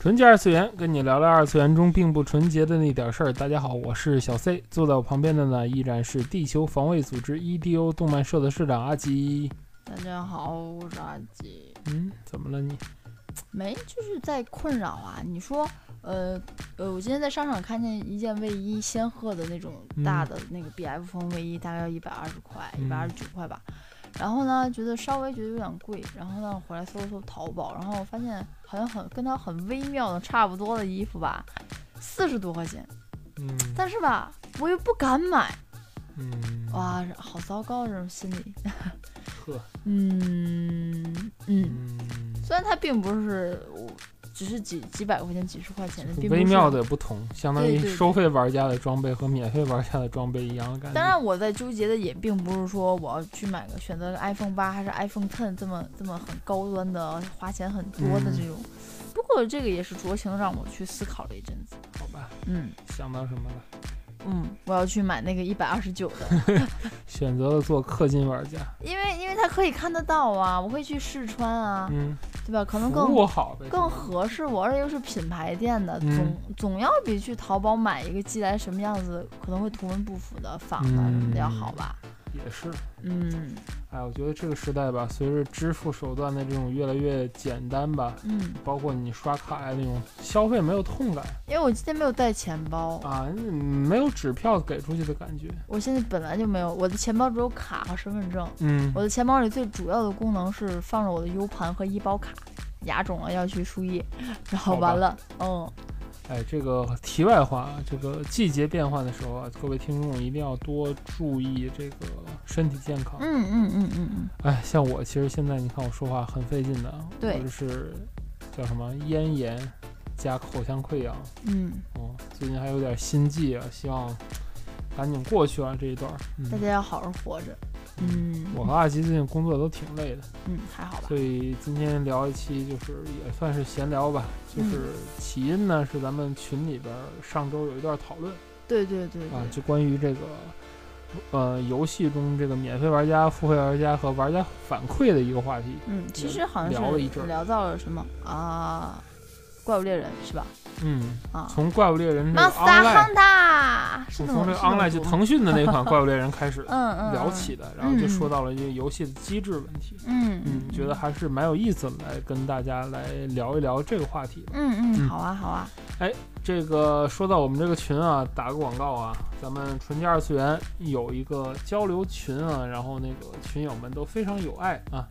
纯洁二次元，跟你聊聊二次元中并不纯洁的那点事儿。大家好，我是小 C，坐在我旁边的呢依然是地球防卫组织 EDO 动漫社的社长阿吉。大家好，我是阿吉。嗯，怎么了你？没，就是在困扰啊。你说，呃呃，我今天在商场看见一件卫衣，仙鹤的那种嗯大的那个 BF 风卫衣，大概要一百二十块，一嗯百二十九块吧。然后呢，觉得稍微觉得有点贵，然后呢，回来搜了搜淘宝，然后我发现好像很跟它很微妙的差不多的衣服吧，四十多块钱，嗯但是吧，我又不敢买，嗯，哇，好糟糕这种心理。呵，嗯嗯，嗯，虽然它并不是，我只是几几百块钱、几十块钱的，并不是微妙。的不同，相当于对对对收费玩家的装备和免费玩家的装备一样的感觉。当然，我在纠结的也并不是说我要去买个选择个 iPhone 八还是 iPhone Ten 这么这么很高端的、花钱很多嗯的这种。不过这个也是酌情让我去思考了一阵子。好吧，嗯想到什么了？嗯，我要去买那个一百二十九 的，选择了做氪金玩家，因为因为它可以看得到啊，我会去试穿啊，嗯，对吧？可能更服务好呗，更合适我，而且又是品牌店的，嗯总总要比去淘宝买一个寄来什么样子可能会图文不符的仿的嗯什么的要好吧？也是。嗯哎，我觉得这个时代吧，随着支付手段的这种越来越简单吧，嗯，包括你刷卡呀那种消费没有痛感因为我今天没有带钱包，啊，嗯没有纸票给出去的感觉。我现在本来就没有，我的钱包只有卡和身份证。嗯我的钱包里最主要的功能是放着我的 U 盘和医保卡，牙肿了要去输液， 然好后吧完了，嗯，哎，这个题外话，啊，这个季节变换的时候啊，各位听众一定要多注意这个身体健康。嗯嗯嗯嗯嗯，哎，像我其实现在你看我说话很费劲的，啊对我就是叫什么咽炎加口腔溃疡，嗯，哦，最近还有点心悸啊，希望赶紧过去啊这一段儿。大嗯，家要好好活着，嗯，我和阿吉最近工作都挺累的。嗯还好吧，所以今天聊一期，就是也算是闲聊吧。就是嗯起因呢，是咱们群里边儿上周有一段讨论对对对啊对，，就关于这个呃游戏中这个免费玩家、付费玩家和玩家反馈的一个话题。嗯，其也实好像是聊了一阵儿聊到了什么啊，怪物猎人是吧？嗯，啊从怪物猎人这个 Monster online， Hunter 从是怎从么这个是怎么 online 就读吗腾讯的那款怪物猎人开始 嗯嗯聊起，的，然后就嗯说到了这个游戏的机制问题。嗯嗯，觉得还是蛮有意思的，来跟大家来聊一聊这个话题吧。嗯嗯嗯好啊好啊，这个说到我们这个群啊，打个广告啊，咱们纯洁二次元有一个交流群啊，然后那个群友们都非常有爱啊，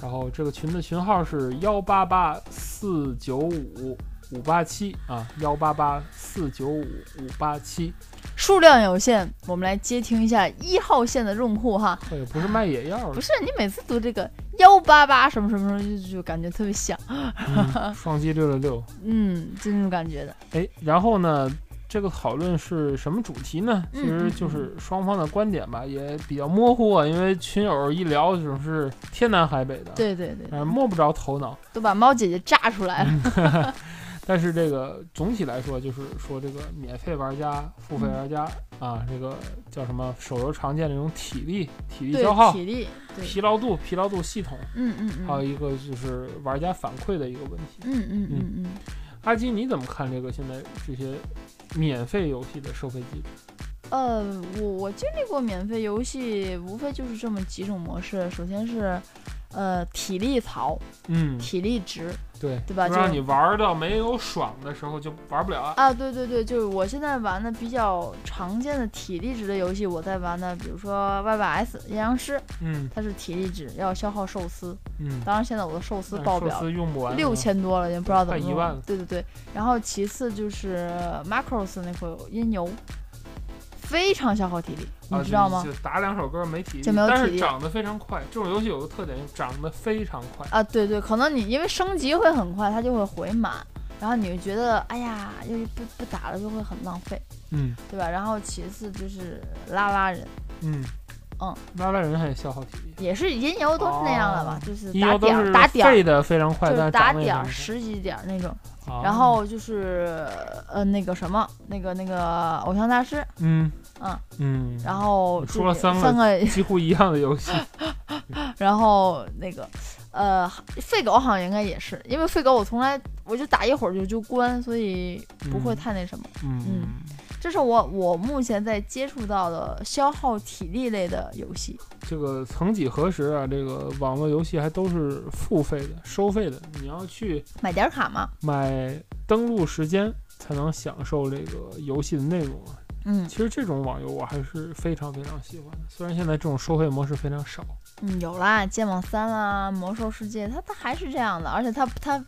然后这个群的群号是幺八八四九五五八七啊，幺八八四九五五八七，数量有限，我们来接听一下一号线的用户哈。也不是卖野药不 的，是你每次读这个幺八八什么什么什么就就感觉特别像，嗯双击六六六，嗯，就那种感觉的，哎，然后呢？这个讨论是什么主题呢？其嗯实就是双方的观点吧，也比较模糊啊，因为群友一聊就是天南海北的。对对对，呃，摸不着头脑。都把猫姐姐炸出来嗯了，但是这个总体来说，就是说这个免费玩家、付费玩家、嗯啊，这个叫什么手游常见这种体力、体力对消耗、体力，对，疲劳度、疲劳度系统，嗯嗯嗯，还有一个就是玩家反馈的一个问题。嗯嗯嗯嗯。阿基，你怎么看这个现在这些免费游戏的收费机制？呃，我我经历过免费游戏，无非就是这么几种模式。首先是，呃，体力槽、嗯，体力值对，对吧就就让你玩到没有爽的时候就玩不了了。啊，对对对，就是我现在玩的比较常见的体力值的游戏，我在玩的，比如说 YYS 阴阳师，嗯它是体力值，要消耗寿司。嗯，当然现在我的寿司但爆寿表了。司用不完，六。千多了，也不知道怎快么一弄万了对对对，然后其次就是 Macross 那会儿音游，非常消耗体力，啊你知道吗就？就打两首歌没体力，就没有但体是力长得非常快。这种游戏有个特点，长得非常快。啊，对对，可能你因为升级会很快，它就会回满，然后你就觉得哎呀，要是不不打了就会很浪费，嗯对吧？然后其次就是拉拉人，嗯嗯，拉拉人还消耗体力，也是银游都是那样的吧，哦就是一打游都点是儿打点废儿，的非常快，就但是是打长得也点儿非常十几点儿那种，快。啊然后就是呃那个什么那个那个偶像大师，嗯嗯嗯，然后你就说了是三个三个 几乎一样的游戏，然后那个，呃，废狗好像应该也是，因为废狗我从来我就打一会儿就就关，所以不会嗯太那什么。嗯嗯，这是我我目前在接触到的消耗体力类的游戏。这个曾几何时啊，这个网络游戏还都是付费的、收费的，你要去买点儿卡嘛，买登录时间才能享受这个游戏的内容啊。嗯其实这种网游我还是非常非常喜欢的，虽然现在这种收费模式非常少，嗯，有啦，剑网三啦，魔兽世界，它它还是这样的，而且它它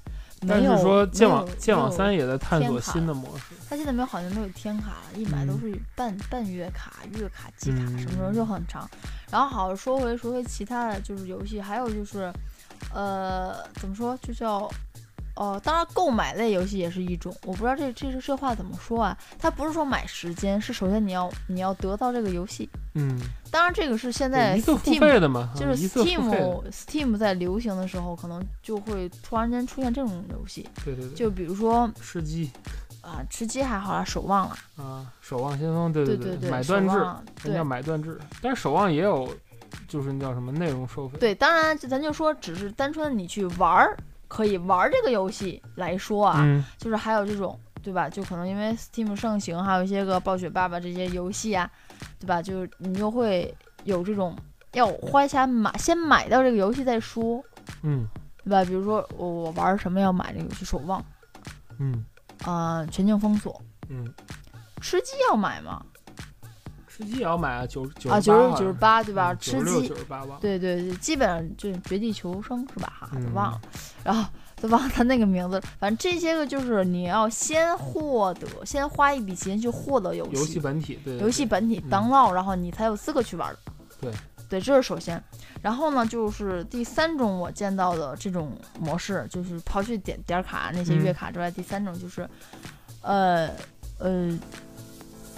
但没有是说剑网没有剑网没有三也在探索天卡新的模式。它现在没有好像没有天卡了，一买都嗯是半、半月卡、月卡、季卡，什么时候嗯就很长。然后好说回说回其他的就是游戏，还有就是，呃，怎么说就叫。哦，当然，购买类游戏也是一种，我不知道这这是这话怎么说啊？它不是说买时间，是首先你要你要得到这个游戏。嗯，当然，这个是现有在一次付 Steam 费的嘛，就啊是一次付费的， Steam Steam 在流行的时候，可能就会突然间出现这种游戏，对对对，就比如说吃鸡啊，吃鸡还好啦，守望啦，啊，守望先锋，对对对，对，买守断制，望那对叫买断制，但是守望也有，就是那叫什么内容收费，对，当然就咱就说，只是单纯你去玩儿，可以玩儿这个游戏来说啊，嗯，就是还有这种，对吧？就可能因为 Steam 盛行，还有一些个暴雪爸爸这些游戏啊，对吧？就是你就会有这种要花钱买，先买到这个游戏再说，嗯对吧？比如说我我玩儿什么要买这个游戏，守望嗯啊、呃全境封锁，嗯，吃鸡要买吗？吃鸡也要买啊，九九啊，十九八啊十九十八，对吧？吃嗯九十鸡六九十八吧，对对对，基本上就是《绝地求生》是吧？哈，都嗯忘了，然后都忘了他那个名字了。反正这些个就是你要先获得，先花一笔钱去获得游戏，游戏本体，对对游戏对本体嗯 download，、然后你才有资格去玩儿。对对，这是首先。然后呢，就是第三种我见到的这种模式，就是刨去点点卡那些嗯月卡之外，第三种就是，呃呃，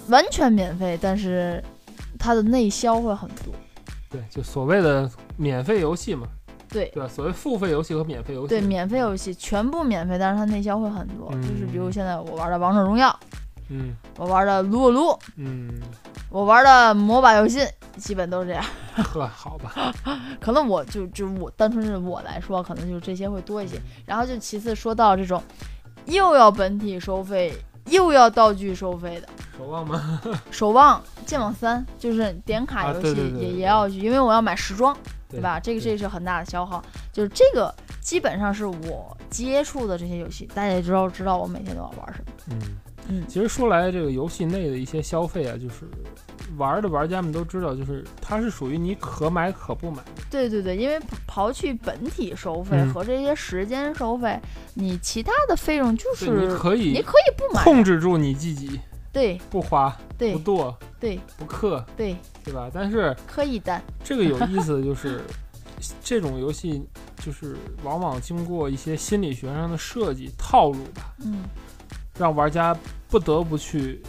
完全免费，但是它的内销会很多。对，就所谓的免费游戏嘛，对，对吧？所谓付费游戏和免费游戏，对，免费游戏全部免费，但是它内销会很多。就是比如嗯现在我玩的《王者荣耀》，嗯我玩的《撸啊撸》，嗯，我玩的《魔法游戏》，基本都是这样。嗯呵，好吧，可能我就就我单纯是我来说，可能就这些会多一嗯些。然后就其次说到这种，又要本体收费，又要道具收费的，守望吗？ 《守望》《剑网三》就是点卡啊游戏对也、对对对也要去，因为我要买时装。对对吧？这个这对个是很大的消耗，就是这个基本上是我接触的这些游戏，大家也知道知道我每天都要玩什么。嗯嗯其实说来，这个游戏内的一些消费啊，就是玩儿的玩家们都知道，就是它是属于你可买可不买。对对对，因为刨去本体收费嗯和这些时间收费，你其他的费用就对是你可以你可以不买，控制住你自己，对不花、不对剁、对不氪，对，对吧？但是可以的。这个有意思的就是，这种游戏就是往往经过一些心理学上的设计套路吧，嗯，让玩家不得不去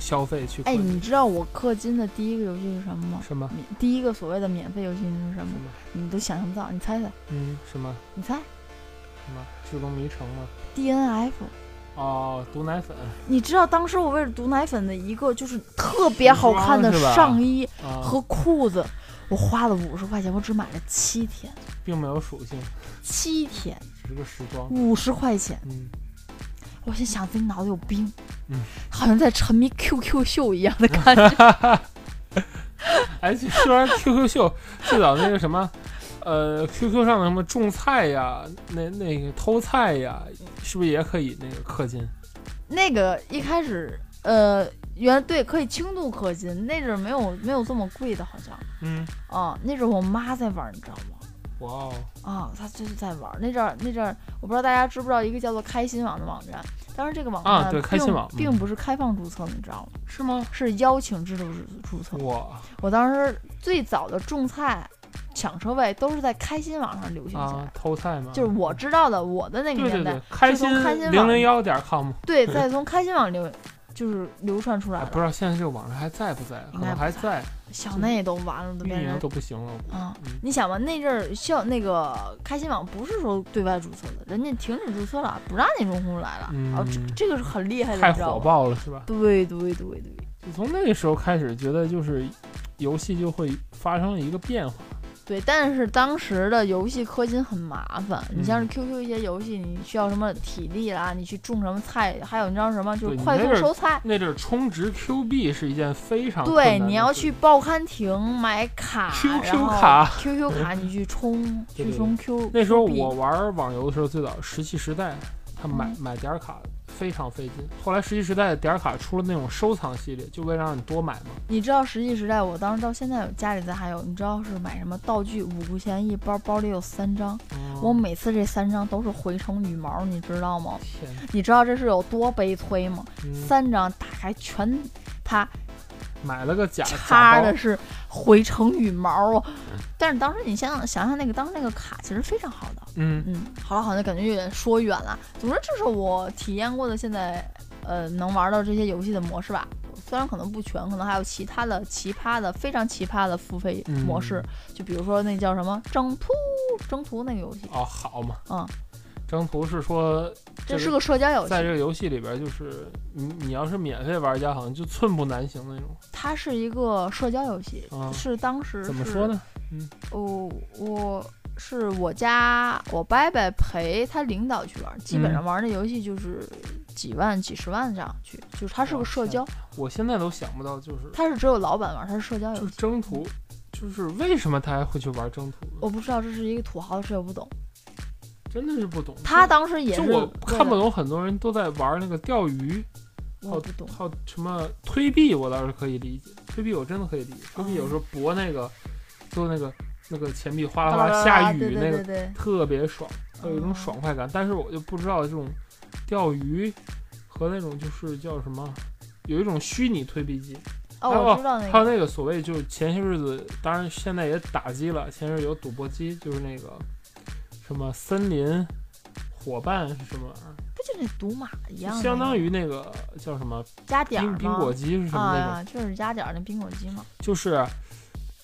消费去氪哎，你金。知道我氪金的第一个游戏是什么吗？什么？免第一个所谓的免费游戏是什么什么？你都想象不到，你猜猜，嗯，什么你猜什么？智龙迷城吗？ DNF。哦，毒奶粉你知道当时我为了毒奶粉的一个就是特别好看的服装是吧上衣啊， 和裤子，我花了五十块钱，我只买了七天，并没有属性，七天只是个时装。五十块钱，嗯，我心想自己脑子有病，嗯好像在沉迷 QQ 秀一样的 感觉。哎，就说完 QQ 秀，最早那个什么，呃，QQ 上的什么种菜呀，那那个偷菜呀，是不是也可以那个氪金？那个一开始，呃，原对可以轻度氪金，那阵儿没有没有这么贵的，好像，嗯，啊，那阵儿我妈在玩，你知道吗？哇哦，啊，他就是在玩儿那阵儿，那阵儿我不知道大家知不知道一个叫做开心网的网站，当然这个网站啊对并、开心网嗯并不是开放注册，你知道吗？是吗？是邀请制度注注册。哇我当时最早的种菜、抢车位都是在开心网上流行起来，啊，偷菜吗？就是我知道的我的那个对对年代，对，开心从开心零网零幺点 com，对再从开心网流就是流传出来哎，的。嗯不知道现在这个网上还在不在？可应该能不还在在，小内都完了，都运变营成都不行了。啊、嗯你想吧，那阵儿校那个开心网不是说对外注册的，人家停止注册了，不让那种红来了。嗯啊，这这个是很厉害的，太你知道火吗。爆了，是吧？对对对对，就从那个时候开始，觉得就是游戏就会发生一个变化。对，但是当时的游戏氪金很麻烦，你像嗯是 QQ 一些游戏，你需要什么体力啦，你去种什么菜，还有你知道什么，就是对快你那速阵儿收菜。那阵儿充值 Q 币是一件非常困对，难你的要事去报刊亭买卡 QQ 然后卡 QQ 卡你去充，对对去充 Q。那时候 Q 币我玩网游的时候，最早石器时代，他买嗯买点儿卡非常费劲。后来石器时代的点儿卡出了那种收藏系列，就为了让你多买嘛。你知道《石器时代》，我当时到现在有家里在还有，你知道是买什么道具五块钱一包，包里有三张，哦我每次这三张都是回城羽毛，你知道吗？天哪，你知道这是有多悲催吗？嗯、三张打开全，它买了个假插假包的，是回城羽毛啊！但是当时你想想想想那个当时那个卡其实非常好的，嗯，嗯，好了，好像感觉有点说远了。总之，这是我体验过的现在呃能玩到这些游戏的模式吧。虽然可能不全，可能还有其他的奇葩的、非常奇葩的付费模式，嗯就比如说那叫什么征途，征途那个游戏，哦，好嘛，嗯，征途是说这这是个社交游在这戏，个游戏里边，就是你你要是免费玩家，好像就寸步难行那种。它是一个社交游戏，啊是当时怎么是说呢？哦，我是我家我伯伯陪他领导去玩，基嗯本上玩那游戏就是几万、几十万这样去，就是它是个哇塞社交，我现在都想不到，就是它是只有老板玩，它是社交游就是戏。征途，就是为什么他还会去玩征途？我不知道这是一个土豪的事，我不懂。真的是不懂。他就当时也是就我为看不了，懂，很多人都在玩那个钓鱼，我不懂。还有什么推币，我倒是可以理解，推币我真的可以理解。推币有时候博那个，就那个那个钱币哗啦哗啦下啊对雨对那对个，对，特别爽，哦它有一种爽快感。但是我就不知道这种钓鱼和那种就是叫什么，有一种虚拟推币机，哦，还有我知道那还有个，那个所谓就是前些日子，当然现在也打击了，前些日子有赌博机，就是那个什么森林伙伴是什么玩意儿？不就那赌马一样的那个？相当于那个叫什么加点儿冰冰吗果机是什么那种，啊，就是加点儿那冰果机嘛。就是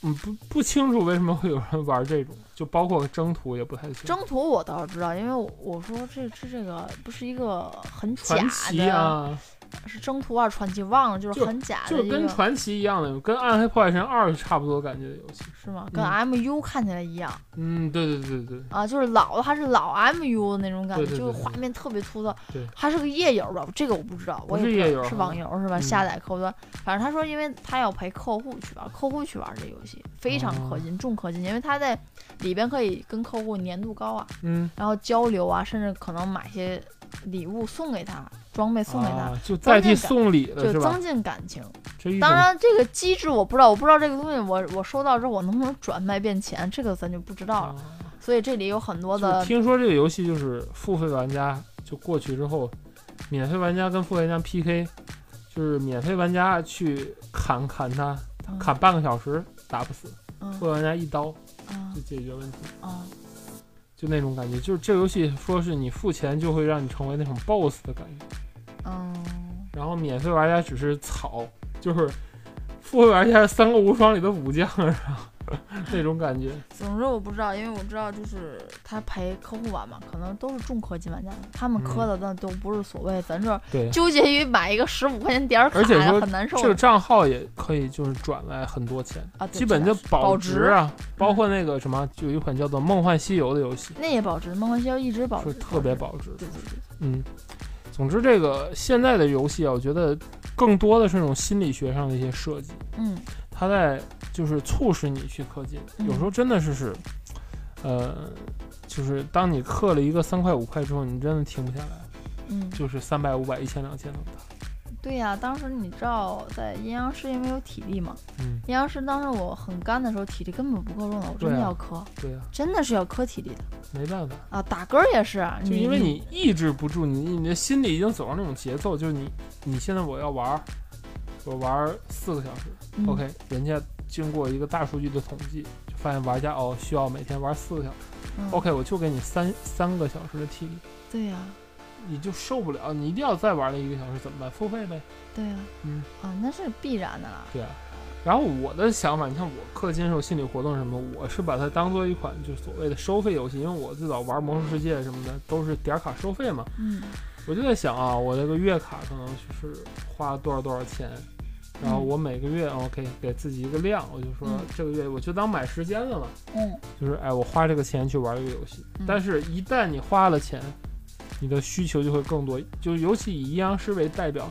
嗯不不清楚为什么会有人玩这种，就包括征途也不太清。 征途我倒是知道，因为我我说这这这个不是一个很假传奇的，啊，是征途啊，传奇忘了，就是很假就的是一跟个，传奇一样的，跟《暗黑破坏神二》是差不多感觉的游戏。是吗？跟嗯 MU 看起来一样嗯，对对对对，啊，就是老的还是老 MU 的那种感觉，对对对就是对画面特别粗糙对。还是个页游吧，这个我不知道，不我也是不知道页游是网游是吧？嗯下载客户端，反正他说，因为他要陪客户去玩，客户去玩这游戏非常哦氪金，重氪金，因为他在里边可以跟客户粘度高啊，嗯，然后交流啊，甚至可能买些礼物送给他，装备送给他。啊，就代替关键感送礼了就是吧增？进感情。这一种当然，这个机制我不知道，我不知道这个东西我我收到之后我能不能转卖变钱，这个咱就不知道了。啊所以这里有很多就是的，听说这个游戏就是付费玩家就过去之后，免费玩家跟付费玩家 PK，就是免费玩家去砍砍他，嗯砍半个小时打不死，嗯付费玩家一刀嗯就解决问题，嗯，就那种感觉。就是这个游戏说是你付钱就会让你成为那种 BOSS 的感觉，嗯，然后免费玩家只是草，就是付费玩家是三国无双里的武将，然后 那种感觉。总之我不知道，因为我知道就是他陪客户玩嘛，可能都是重氪金玩家，他们嗯氪的那都不是所谓，咱这儿对，纠结于买一个十五块钱点儿嗯卡而且说很难受这个账号也可以就是转来很多钱。啊，对基本就这倒是保保值值，嗯啊，包括那个什么，就有一款叫做《梦幻西游》的游戏，那也保值，梦幻西游一直保是值，特别，保值。对对对，嗯，总之这个现在的游戏啊，我觉得更多的是那种心理学上的一些设计，嗯它在就是促使你去氪金。嗯有时候真的是是，呃，就是当你氪了一个三块五块之后，你真的停不下来，嗯，就是三百、五百、一千、两千的。对呀、当时你知道在阴阳师也没有体力嘛，嗯，阴阳师当时我很干的时候体力根本不够用的，我真对的啊要磕，对呀、真的是要磕体力的没办法，啊！打嗝也是，就因为你抑制不住，你你的心里已经走上那种节奏，就是你你现在我要玩儿，我玩儿四个小时、嗯 o k 人家经过一个大数据的统计，就发现玩家哦需要每天玩四个小时、嗯 o k 我就给你三三个小时的体力，对呀、你就受不了，你一定要再玩了一个小时怎么办？付费呗，对呀、嗯，啊，那是必然的啦。对啊。然后我的想法，你看我氪金时候心理活动什么，我是把它当做一款就是所谓的收费游戏，因为我最早玩魔兽世界什么的都是点儿卡收费嘛，嗯，我就在想啊，我这个月卡可能就是花多少多少钱，然后嗯我每个月哦 OK 给自己一个量，我就说嗯这个月我就当买时间了嘛，嗯，就是哎我花这个钱去玩这个游戏嗯，但是一旦你花了钱，你的需求就会更多，就是尤其以阴阳师为代表，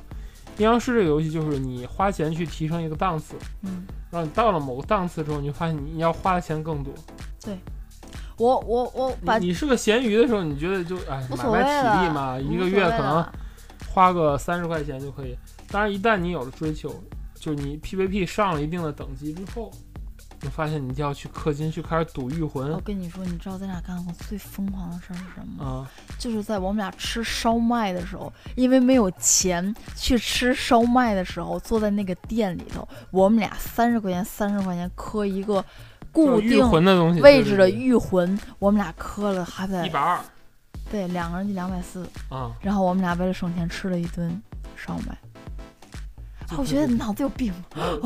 阴阳师这个游戏就是你花钱去提升一个档次，嗯，然后你到了某个档次之后，你就发现你要花的钱更多，我我我把你你是个咸鱼的时候，你觉得就哎无买所谓卖体了，力嘛，一无个所月谓可能。了花个三十块钱就可以。当然，一旦你有了追求，就是你 PVP 上了一定的等级之后，你发现你就要去氪金，去开始赌御魂我跟你说，你知道咱俩干过最疯狂的事儿是什么吗？嗯啊、就是在我们俩吃烧麦的时候，因为没有钱去吃烧麦的时候，坐在那个店里头，我们俩三十块钱三十块钱磕一个就固是御定魂的东西位置的御魂，我们俩磕了还一得百二对两个人就两百四，啊，然后我们俩为了省钱吃了一顿烧麦。啊就我觉得你脑子有病，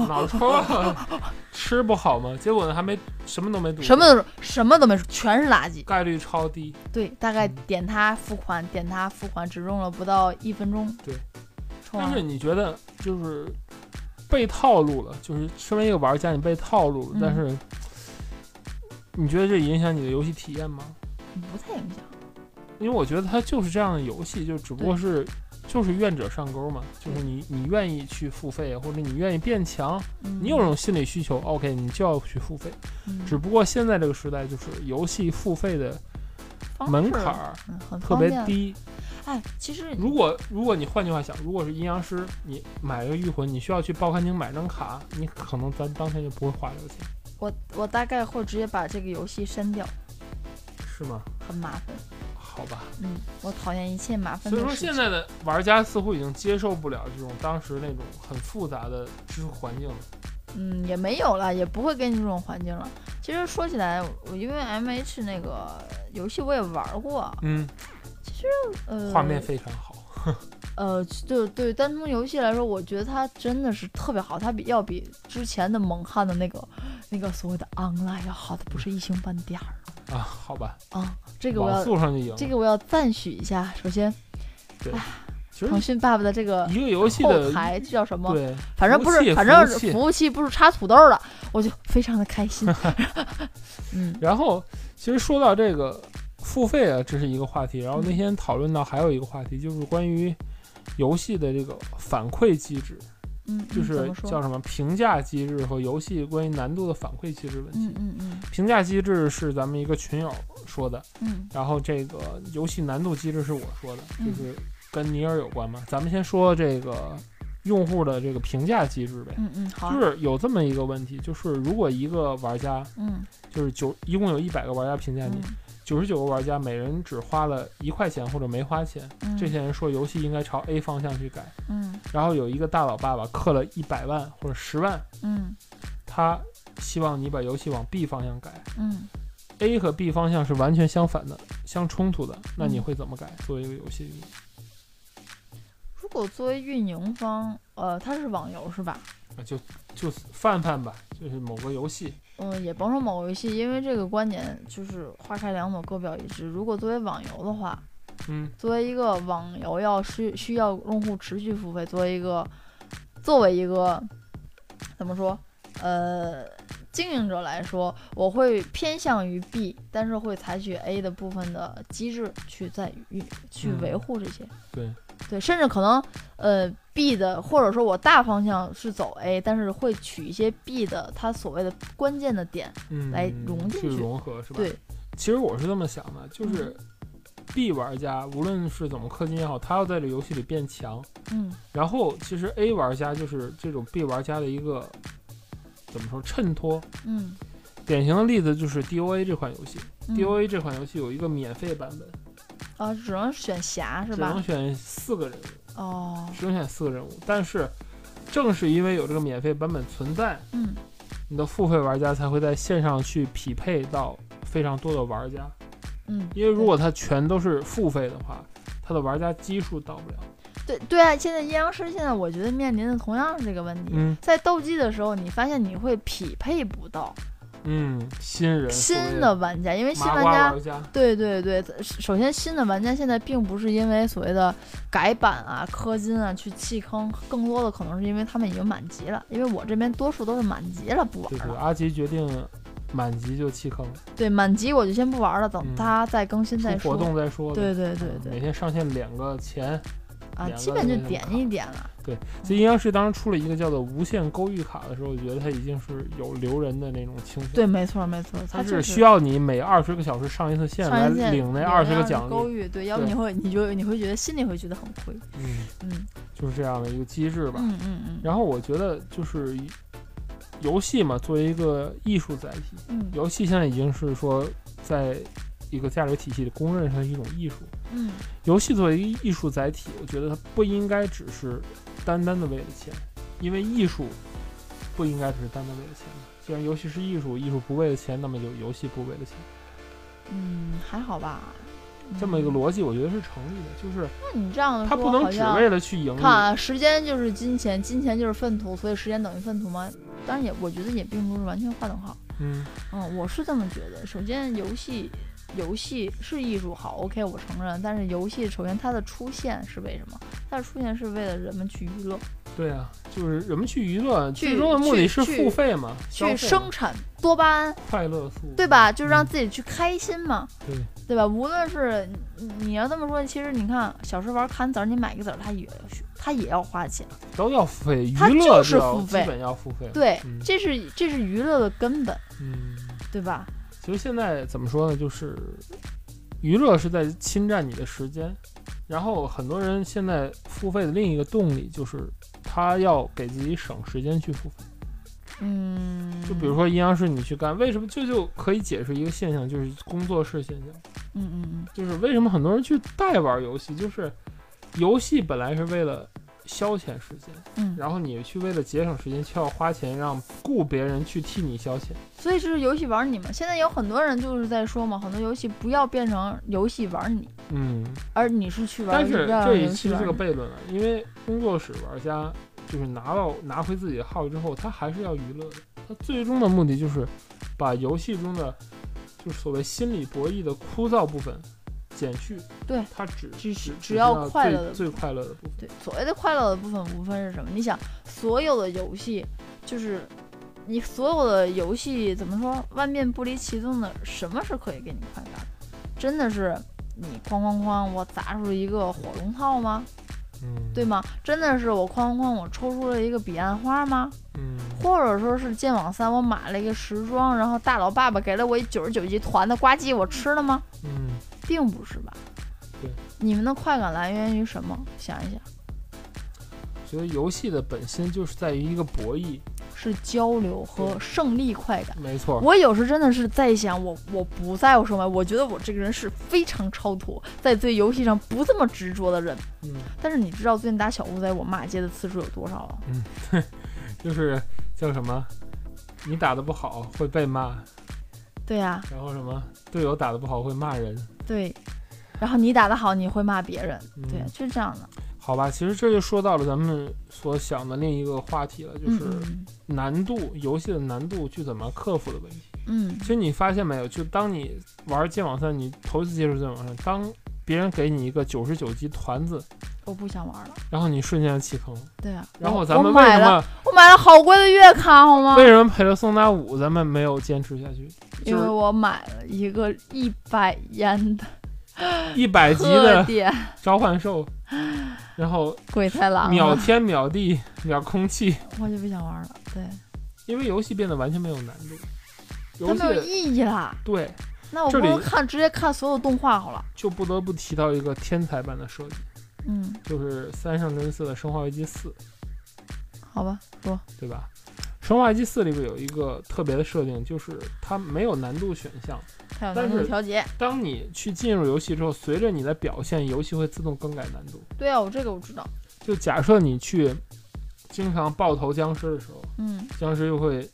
脑抽了， 吃不好吗？结果呢，还没什么都没赌，什么都什么都没说，全是垃圾。概率超低。对，大概嗯点他付款，点他付款，只用了不到一分钟。对冲完但了，是你觉得就是被套路了，就是身为一个玩家，你被套路了，嗯但是你觉得这影响你的游戏体验吗？不太影响。因为我觉得它就是这样的游戏，就只不过是就是愿者上钩嘛，就是你你愿意去付费，或者你愿意变强，嗯、你有这种心理需求，OK，你就要去付费。嗯只不过现在这个时代，就是游戏付费的方门式槛儿嗯很特方别便。低。哎，其实如果如果你换句话想，如果是阴阳师，你买个御魂，你需要去报刊亭买张卡，你可能咱当天就不会花这个钱，我我大概会直接把这个游戏删掉，是吗？很麻烦。好吧，嗯，我讨厌一切麻烦所的以说事情。现在的玩家似乎已经接受不了这种当时那种很复杂的支付环境了。嗯，也没有了，也不会给你这种环境了。其实说起来，我因为 M H 那个游戏我也玩过，嗯，其实呃，画面非常好。呃，就对单从游戏来说，我觉得它真的是特别好，它比要比之前的猛汉的那个那个所谓的 online 要好的不是一星半点儿啊，好吧，啊！这个我网要速上就赢了。这个我要赞许一下。首先，其实腾讯爸爸的这个一个嗯游戏后的台这叫什么？对，反正不服务器是，反正服务器是服务器不是插土豆了，我就非常的 开心。嗯然后其实说到这个付费啊，这是一个话题。然后那天讨论到还有一个话题，就是关于游戏的这个反馈机制，嗯，就嗯怎是么说叫什么评价机制和游戏关于难度的反馈机制问题。嗯嗯嗯评价机制是咱们一个群友说的，嗯然后这个游戏难度机制是我说的，嗯就是跟尼尔有关嘛。咱们先说这个用户的这个评价机制呗。嗯嗯，好啊就，是有这么一个问题，就是如果一个玩家嗯就是九，一共有一百个玩家评价你，九十九个玩家每人只花了一块钱或者没花钱，嗯这些人说游戏应该朝 A 方向去改。嗯然后有一个大佬爸爸氪了一百万或者十万，嗯他希望你把游戏往 B 方向改。嗯 A 和 B 方向是完全相反的、相冲突的，那你会怎么改？作为一个游戏，如果作为运营方，呃，它是网游是吧？啊，就就泛泛吧，就是某个游戏，嗯，也甭说某个游戏，因为这个观点就是花开两朵，各表一枝。如果作为网游的话，嗯，作为一个网游要需需要用户持续付费，作为一个作为一个怎么说呃经营者来说，我会偏向于 B，但是会采取 A 的部分的机制去在运去嗯维护这些。对对，甚至可能呃 B 的，或者说我大方向是走 A，但是会取一些 B 的它所谓的关键的点。嗯，来融进去去融合是吧？对，嗯其实我是这么想的，就是 B 玩家，无论是怎么氪金也好，他要在这游戏里变强。嗯然后其实 A 玩家就是这种 B 玩家的一个怎么说衬托。嗯典型的例子就是 DOA 这款游戏、嗯 d o a 这款游戏有一个免费版本，啊，只能选侠是只能吧？选四个人物，哦，只能选四个人物。但是正是因为有这个免费版本存在，嗯你的付费玩家才会在线上去匹配到非常多的玩家，嗯，因为如果他全都是付费的话，他的玩家基数到不了。对对啊，现在阴阳师现在我觉得面临的同样是这个问题。嗯在斗技的时候，你发现你会匹配不到嗯，新人新所谓的玩家，因为新麻玩瓜家玩家，对对对，首先新的玩家现在并不是因为所谓的改版啊、氪金啊去弃坑，更多的可能是因为他们已经满级了。因为我这边多数都是满级了，不玩对了。对，阿吉决定满级就弃坑，对满级我就先不玩了，等嗯它再更新出再说。活动再说了。对对对嗯每对，天上线两个钱。啊，两基个本就那个点卡一点了。其实阴阳师当时出了一个叫做无限勾玉卡的时候，我觉得它已经是有留人的那种倾向。对，，没错没错，它它就是需要你每二十个小时上一次线啊来上一线领那有二十那个样奖勾励。玉，对，要不对你会你就你会觉得心里会觉得很亏。嗯，嗯就是这样的一个机制吧。嗯嗯嗯然后我觉得就是游戏嘛，作为一个艺术载体，嗯游戏现在已经是说在一个价值体系里公认上一种艺术。嗯，游戏作为一个艺术载体，我觉得它不应该只是单单的为了钱，因为艺术不应该只是单单为了钱。既然游戏是艺术，艺术不为了钱，那么就游戏不为了钱，嗯，还好吧。这么一个嗯逻辑，我觉得是成立的。就是那你这样它说不好能只像为了去盈利看，啊，时间就是金钱，金钱就是粪土，所以时间等于粪土吗？当然也，我觉得也并不是完全划等号。嗯嗯，我是这么觉得。首先，游戏游戏是艺术好，OK，我承认。但是游戏首先它的出现是为什么？它的出现是为了人们去娱乐，对啊，就是人们去娱乐，去最终的目的是去付费嘛，消费去嘛生产多巴胺，快乐素，对？吧？就让嗯自己去开心嘛，对对吧？无论是你你要这么说，其实你看小时候玩砍子儿，你买个子儿，它也要去它也要花钱。都要付费，娱它乐就是要付基费本要付费。对，嗯这是这是娱乐的根本，嗯，对吧？其实现在怎么说呢，就是娱乐是在侵占你的时间，然后很多人现在付费的另一个动力就是他要给自己省时间去付费。嗯，就比如，说阴阳师，你去干，为什么这就可以解释一个现象，就是工作室现象，嗯嗯嗯，就是为什么很多人去代玩游戏，就是游戏本来是为了。消遣时间，嗯然后你去为了节省时间，却要花钱让雇别人去替你消遣。所以这是游戏玩你们。现在有很多人就是在说嘛，很多游戏不要变成游戏玩你，嗯，而你是去玩但游戏，是让这游一戏期玩是个你悖论了，因为工作室玩家就是拿到拿回自己的号之后，他还是要娱乐的，他最终的目的就是把游戏中的就是所谓心理博弈的枯燥部分减去。对，他只只只只是要要快乐最的最快乐的部分。对，所谓的快乐的部分无非是什么？你想，所有的游戏就是。你所有的游戏怎么说？万变不离其宗的，什么是可以给你快感的？真的是你哐哐哐，我砸出一个火龙套吗？嗯，对，吗？真的是我哐哐哐，我抽出了一个彼岸花吗？嗯，或者说是剑网三，我买了一个时装，然后大佬爸爸给了我一九十九级团的呱唧，我吃了吗？嗯，并不是吧对？你们的快感来源于什么？想一想，觉得游戏的本身就是在于一个博弈，是交流和对胜利快感。没错。我有时真的是在想，我我不在乎什哎么，我觉得我这个人是非常超脱，在对游戏上不这么执着的人。嗯，但是你知道最近打小乌贼我骂街的次数有多少啊？就是叫什么，你打的不好会被骂，对呀、然后什么队友打的不好会骂人。对。然后你打得好，你会骂别人，对，嗯就是这样的。好吧，其实这就说到了咱们所想的另一个话题了，就是嗯难度，游戏的难度去怎么克服的问题。嗯其实你发现没有，就当你玩剑网三，你头一次接触剑网三，当别人给你一个九十九级团子，我不想玩了。然后你瞬间就弃坑了。对啊，然后我咱我们为买什了，么我买了好贵的月卡，好吗？为什么陪了宋达五，咱们没有坚持下去？因就为是我买了一个一百烟的一百级特的点召唤兽，然后鬼太狼秒了，天秒地秒空气，我就不想玩了。对，因为游戏变得完全没有难度，游它戏没有意义啦。对，那我这不如里看直接看所有动画好了。就不得不提到一个天才般的设计，嗯，就是三上真司的《生化危机四》，好吧，说对吧？《生化危机四》里边有一个特别的设定，就是它没有难度选项。它有但难度是调节。当你去进入游戏之后，随着你的表现，游戏会自动更改难度。对啊，我这个我知道。就假设你去经常爆头僵尸的时候，嗯僵尸又会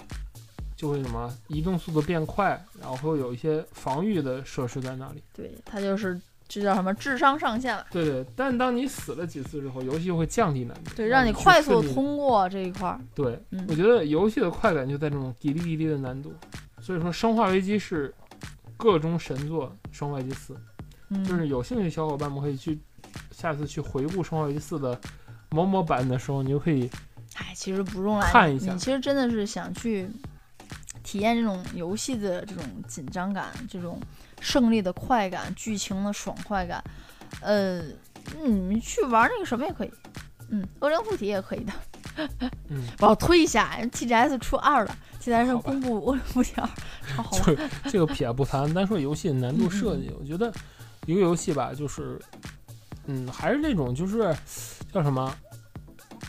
就会什么移动速度变快，然后会有一些防御的设施在那里。，对，它就是这叫什么智商上限了。对对，但当你死了几次之后，游戏会降低难度，对，让你你去快速顺利通过这一块儿。对，嗯我觉得游戏的快感就在这种滴滴滴滴的难度，所以说《生化危机》是各中神作，《生化危机四》嗯，就是有兴趣的小伙伴们可以去下次去回顾《生化危机四》的某某版的时候，你就可以哎，其实不用来看一下你其实真的是想去体验这种游戏的这种紧张感，这种胜利的快感，剧情的爽快感。呃，你们去玩那个什么也可以，嗯，恶灵附体也可以的。嗯，我要推一下，TGS 出二了，TGS 上好吧公布恶灵附体二，超好玩。 就是这个撇不谈，单说游戏难度设嗯计，我觉得一个游戏吧，就是嗯，还是那种就是叫什么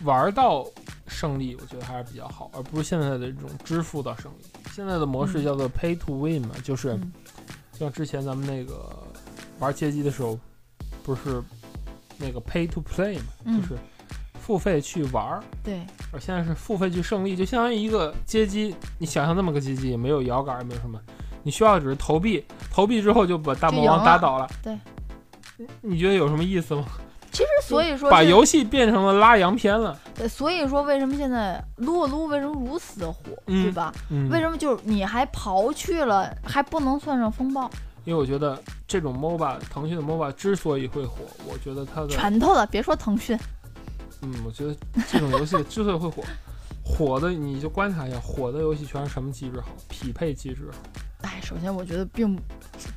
玩到胜利，我觉得还是比较好，而不是现在的这种支付到胜利。现在的模式嗯叫做 pay to win 嘛，就是嗯像之前咱们那个玩街机的时候，不是那个 pay to play 嘛，嗯就是付费去玩儿。对，而现在是付费去胜利，就相当于一个街机，你想象那么个街机，也没有摇杆，也没有什么，你需要只是投币，投币之后就把大魔王打倒了。就赢了对，你觉得有什么意思吗？其实所以说把这游戏变成了拉洋片了。对，所以说为什么现在撸啊撸为什么如此的火，嗯对吧？嗯为什么就是你还刨去了，还不能算上风暴因为我觉得这种 MOBA，腾讯的 MOBA 之所以会火，我觉得它的，拳头了？别说腾讯，嗯，我觉得这种游戏之所以会火，火的你就观察一下，火的游戏全是什么机制好，匹配机制好，哎，首先我觉得并不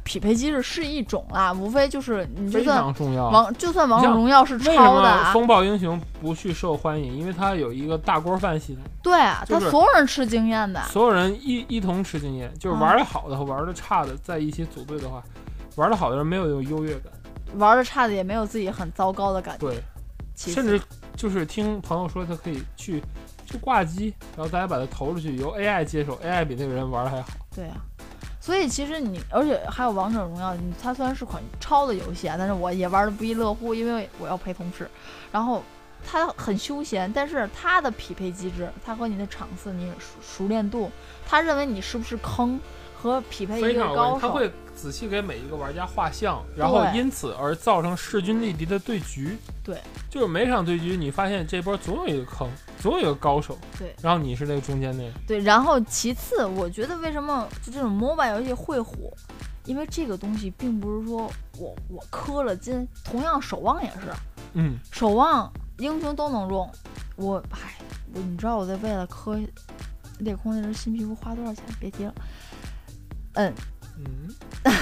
匹配机制是一种啦，无非就是你就非算常重要。啊王就算王者荣耀是为什抄的么啊，风暴英雄不去受欢迎？因为它有一个大锅饭系统，对啊，就他是所有人吃经验的，所有人一一同吃经验，就是玩的好的和玩的差的在一起组队的话，玩的好的人没有有优越感，玩的差的也没有自己很糟糕的感觉，对，其甚实至就是听朋友说他可以去就挂机，然后大家把他投出去，由 AI 接手，AI 比那个人玩的还好。对啊。所以其实你，而且还有王者荣耀，你它虽然是款抄的游戏啊，但是我也玩的不亦乐乎，因为我要陪同事。然后它很休闲，但是它的匹配机制，它和你的场次、你熟熟练度，他认为你是不是坑和匹配一非个常有关高系，他手，会仔细给每一个玩家画像，然后因此而造成势均力敌的对局。对，就是每场对局，你发现这波总有一个坑，总有一个高手。对然后你是那个中间那个。对。然后其次，我觉得为什么就这种 MOBA 游戏会火，因为这个东西并不是说我我氪了金，同样守望也是，嗯，守望英雄都能用，我唉，我你知道我在为了磕裂空那身新皮肤花多少钱？别提了。嗯，嗯，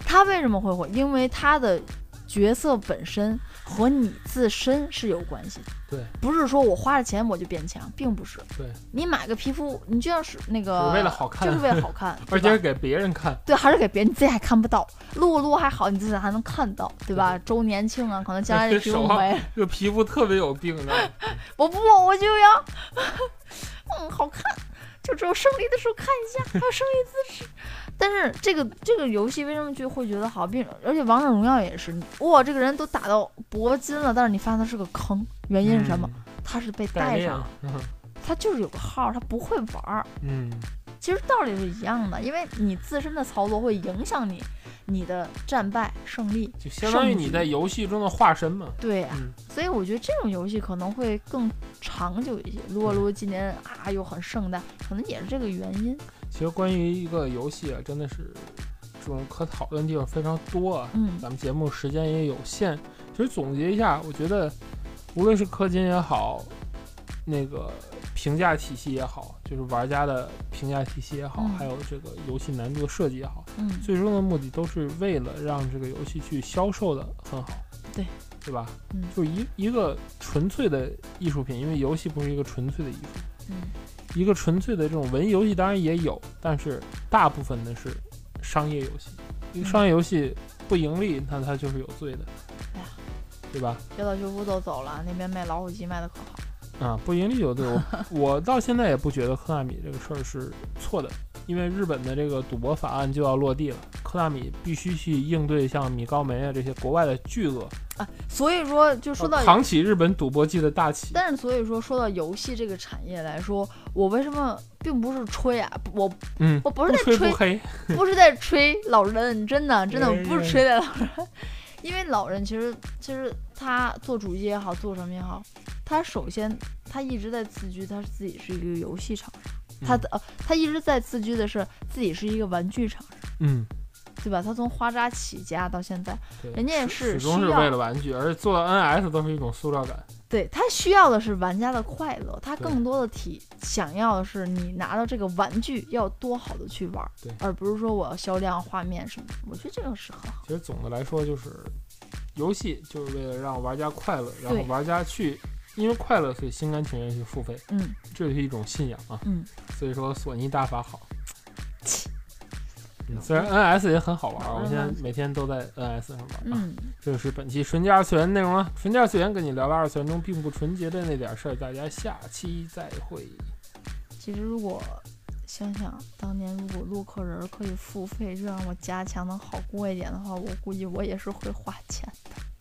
他为什么会火？因为他的角色本身和你自身是有关系的。对，不是说我花了钱我就变强，并不是。对，你买个皮肤，你就要是那只个，是为了好看，，呃就是为了好看而且对是吧给别人看。对，还是给别人，你自己还看不到。录录还好，你自己还能看到，对吧？周年庆啊，可能将来这皮守肤望没了。这个皮肤特别有病，你知道吗？我不，我就要，嗯，好看，就只有胜利的时候看一下，还有胜利姿势。但是这个这个游戏为什么就会觉得好，并而且王者荣耀也是，哇，这个人都打到铂金了，但是你发现他是个坑， 原因是什嗯么？？他是被代带练上，。他就是有个号，他不会玩儿。嗯，其实道理是一样的，因为你自身的操作会影响你你的战败胜利。就相当于你在游戏中的化身嘛。对呀、嗯所以我觉得这种游戏可能会更长久一些。嗯撸啊撸今年啊又很盛大，可能也是这个原因。其实关于一个游戏啊，真的是这种可讨论的地方非常多啊。嗯咱们节目时间也有限，其实总结一下，我觉得无论是氪金也好，那个评价体系也好，就是玩家的评价体系也好，嗯还有这个游戏难度的设计也好，嗯，最终的目的都是为了让这个游戏去销售的很好，对对吧？嗯就一一个纯粹的艺术品，因为游戏不是一个纯粹的艺术，嗯一个纯粹的这种文艺游戏当然也有，但是大部分的是商业游戏。一个嗯商业游戏不盈利，那它就是有罪的哎呀，对吧？小岛秀夫都走了，那边卖老虎机卖的可好。啊，不盈利有罪。我 我到现在也不觉得科纳米这个事儿是错的，因为日本的这个赌博法案就要落地了，科纳米必须去应对像米高梅啊这些国外的巨鳄，啊，所以说就说到，哦扛起日本赌博界的大旗。但是所以说说到游戏这个产业来说，我为什么并不是吹啊，不我嗯，我不不是在吹吹不，黑。 不是在吹老人，真的真的我不哎是吹的老人， 因为老人其实其实他做主机也好，做什么也好，他首先他一直在自居，他自己是一个游戏厂商，他嗯的、呃他一直在自居的是自己是一个玩具厂商，嗯，对吧？他从花渣起家到现在，对人家也始是始需终是要为了玩具，而做 NS 都是一种塑料感。对他需要的是玩家的快乐，他对更多的体想要的是你拿到这个玩具要多好的去玩儿对，而不是说我要销量、画面什么的。我觉得这个是很好。其实总的来说就是，游戏就是为了让玩家快乐，然后对玩家去因为快乐所以心甘情愿去付费，嗯这是一种信仰啊。嗯，所以说索尼大法好。切嗯虽然 NS 也很好玩啊，嗯我现在每天都在 NS 上玩啊。嗯，这就是本期纯洁二次元内容了。纯洁二次元跟你聊了二次元中并不纯洁的那点事儿，大家下期再会。其实如果想想当年如果洛克人儿可以付费，这让我加强能好过一点的话，我估计我也是会花钱的。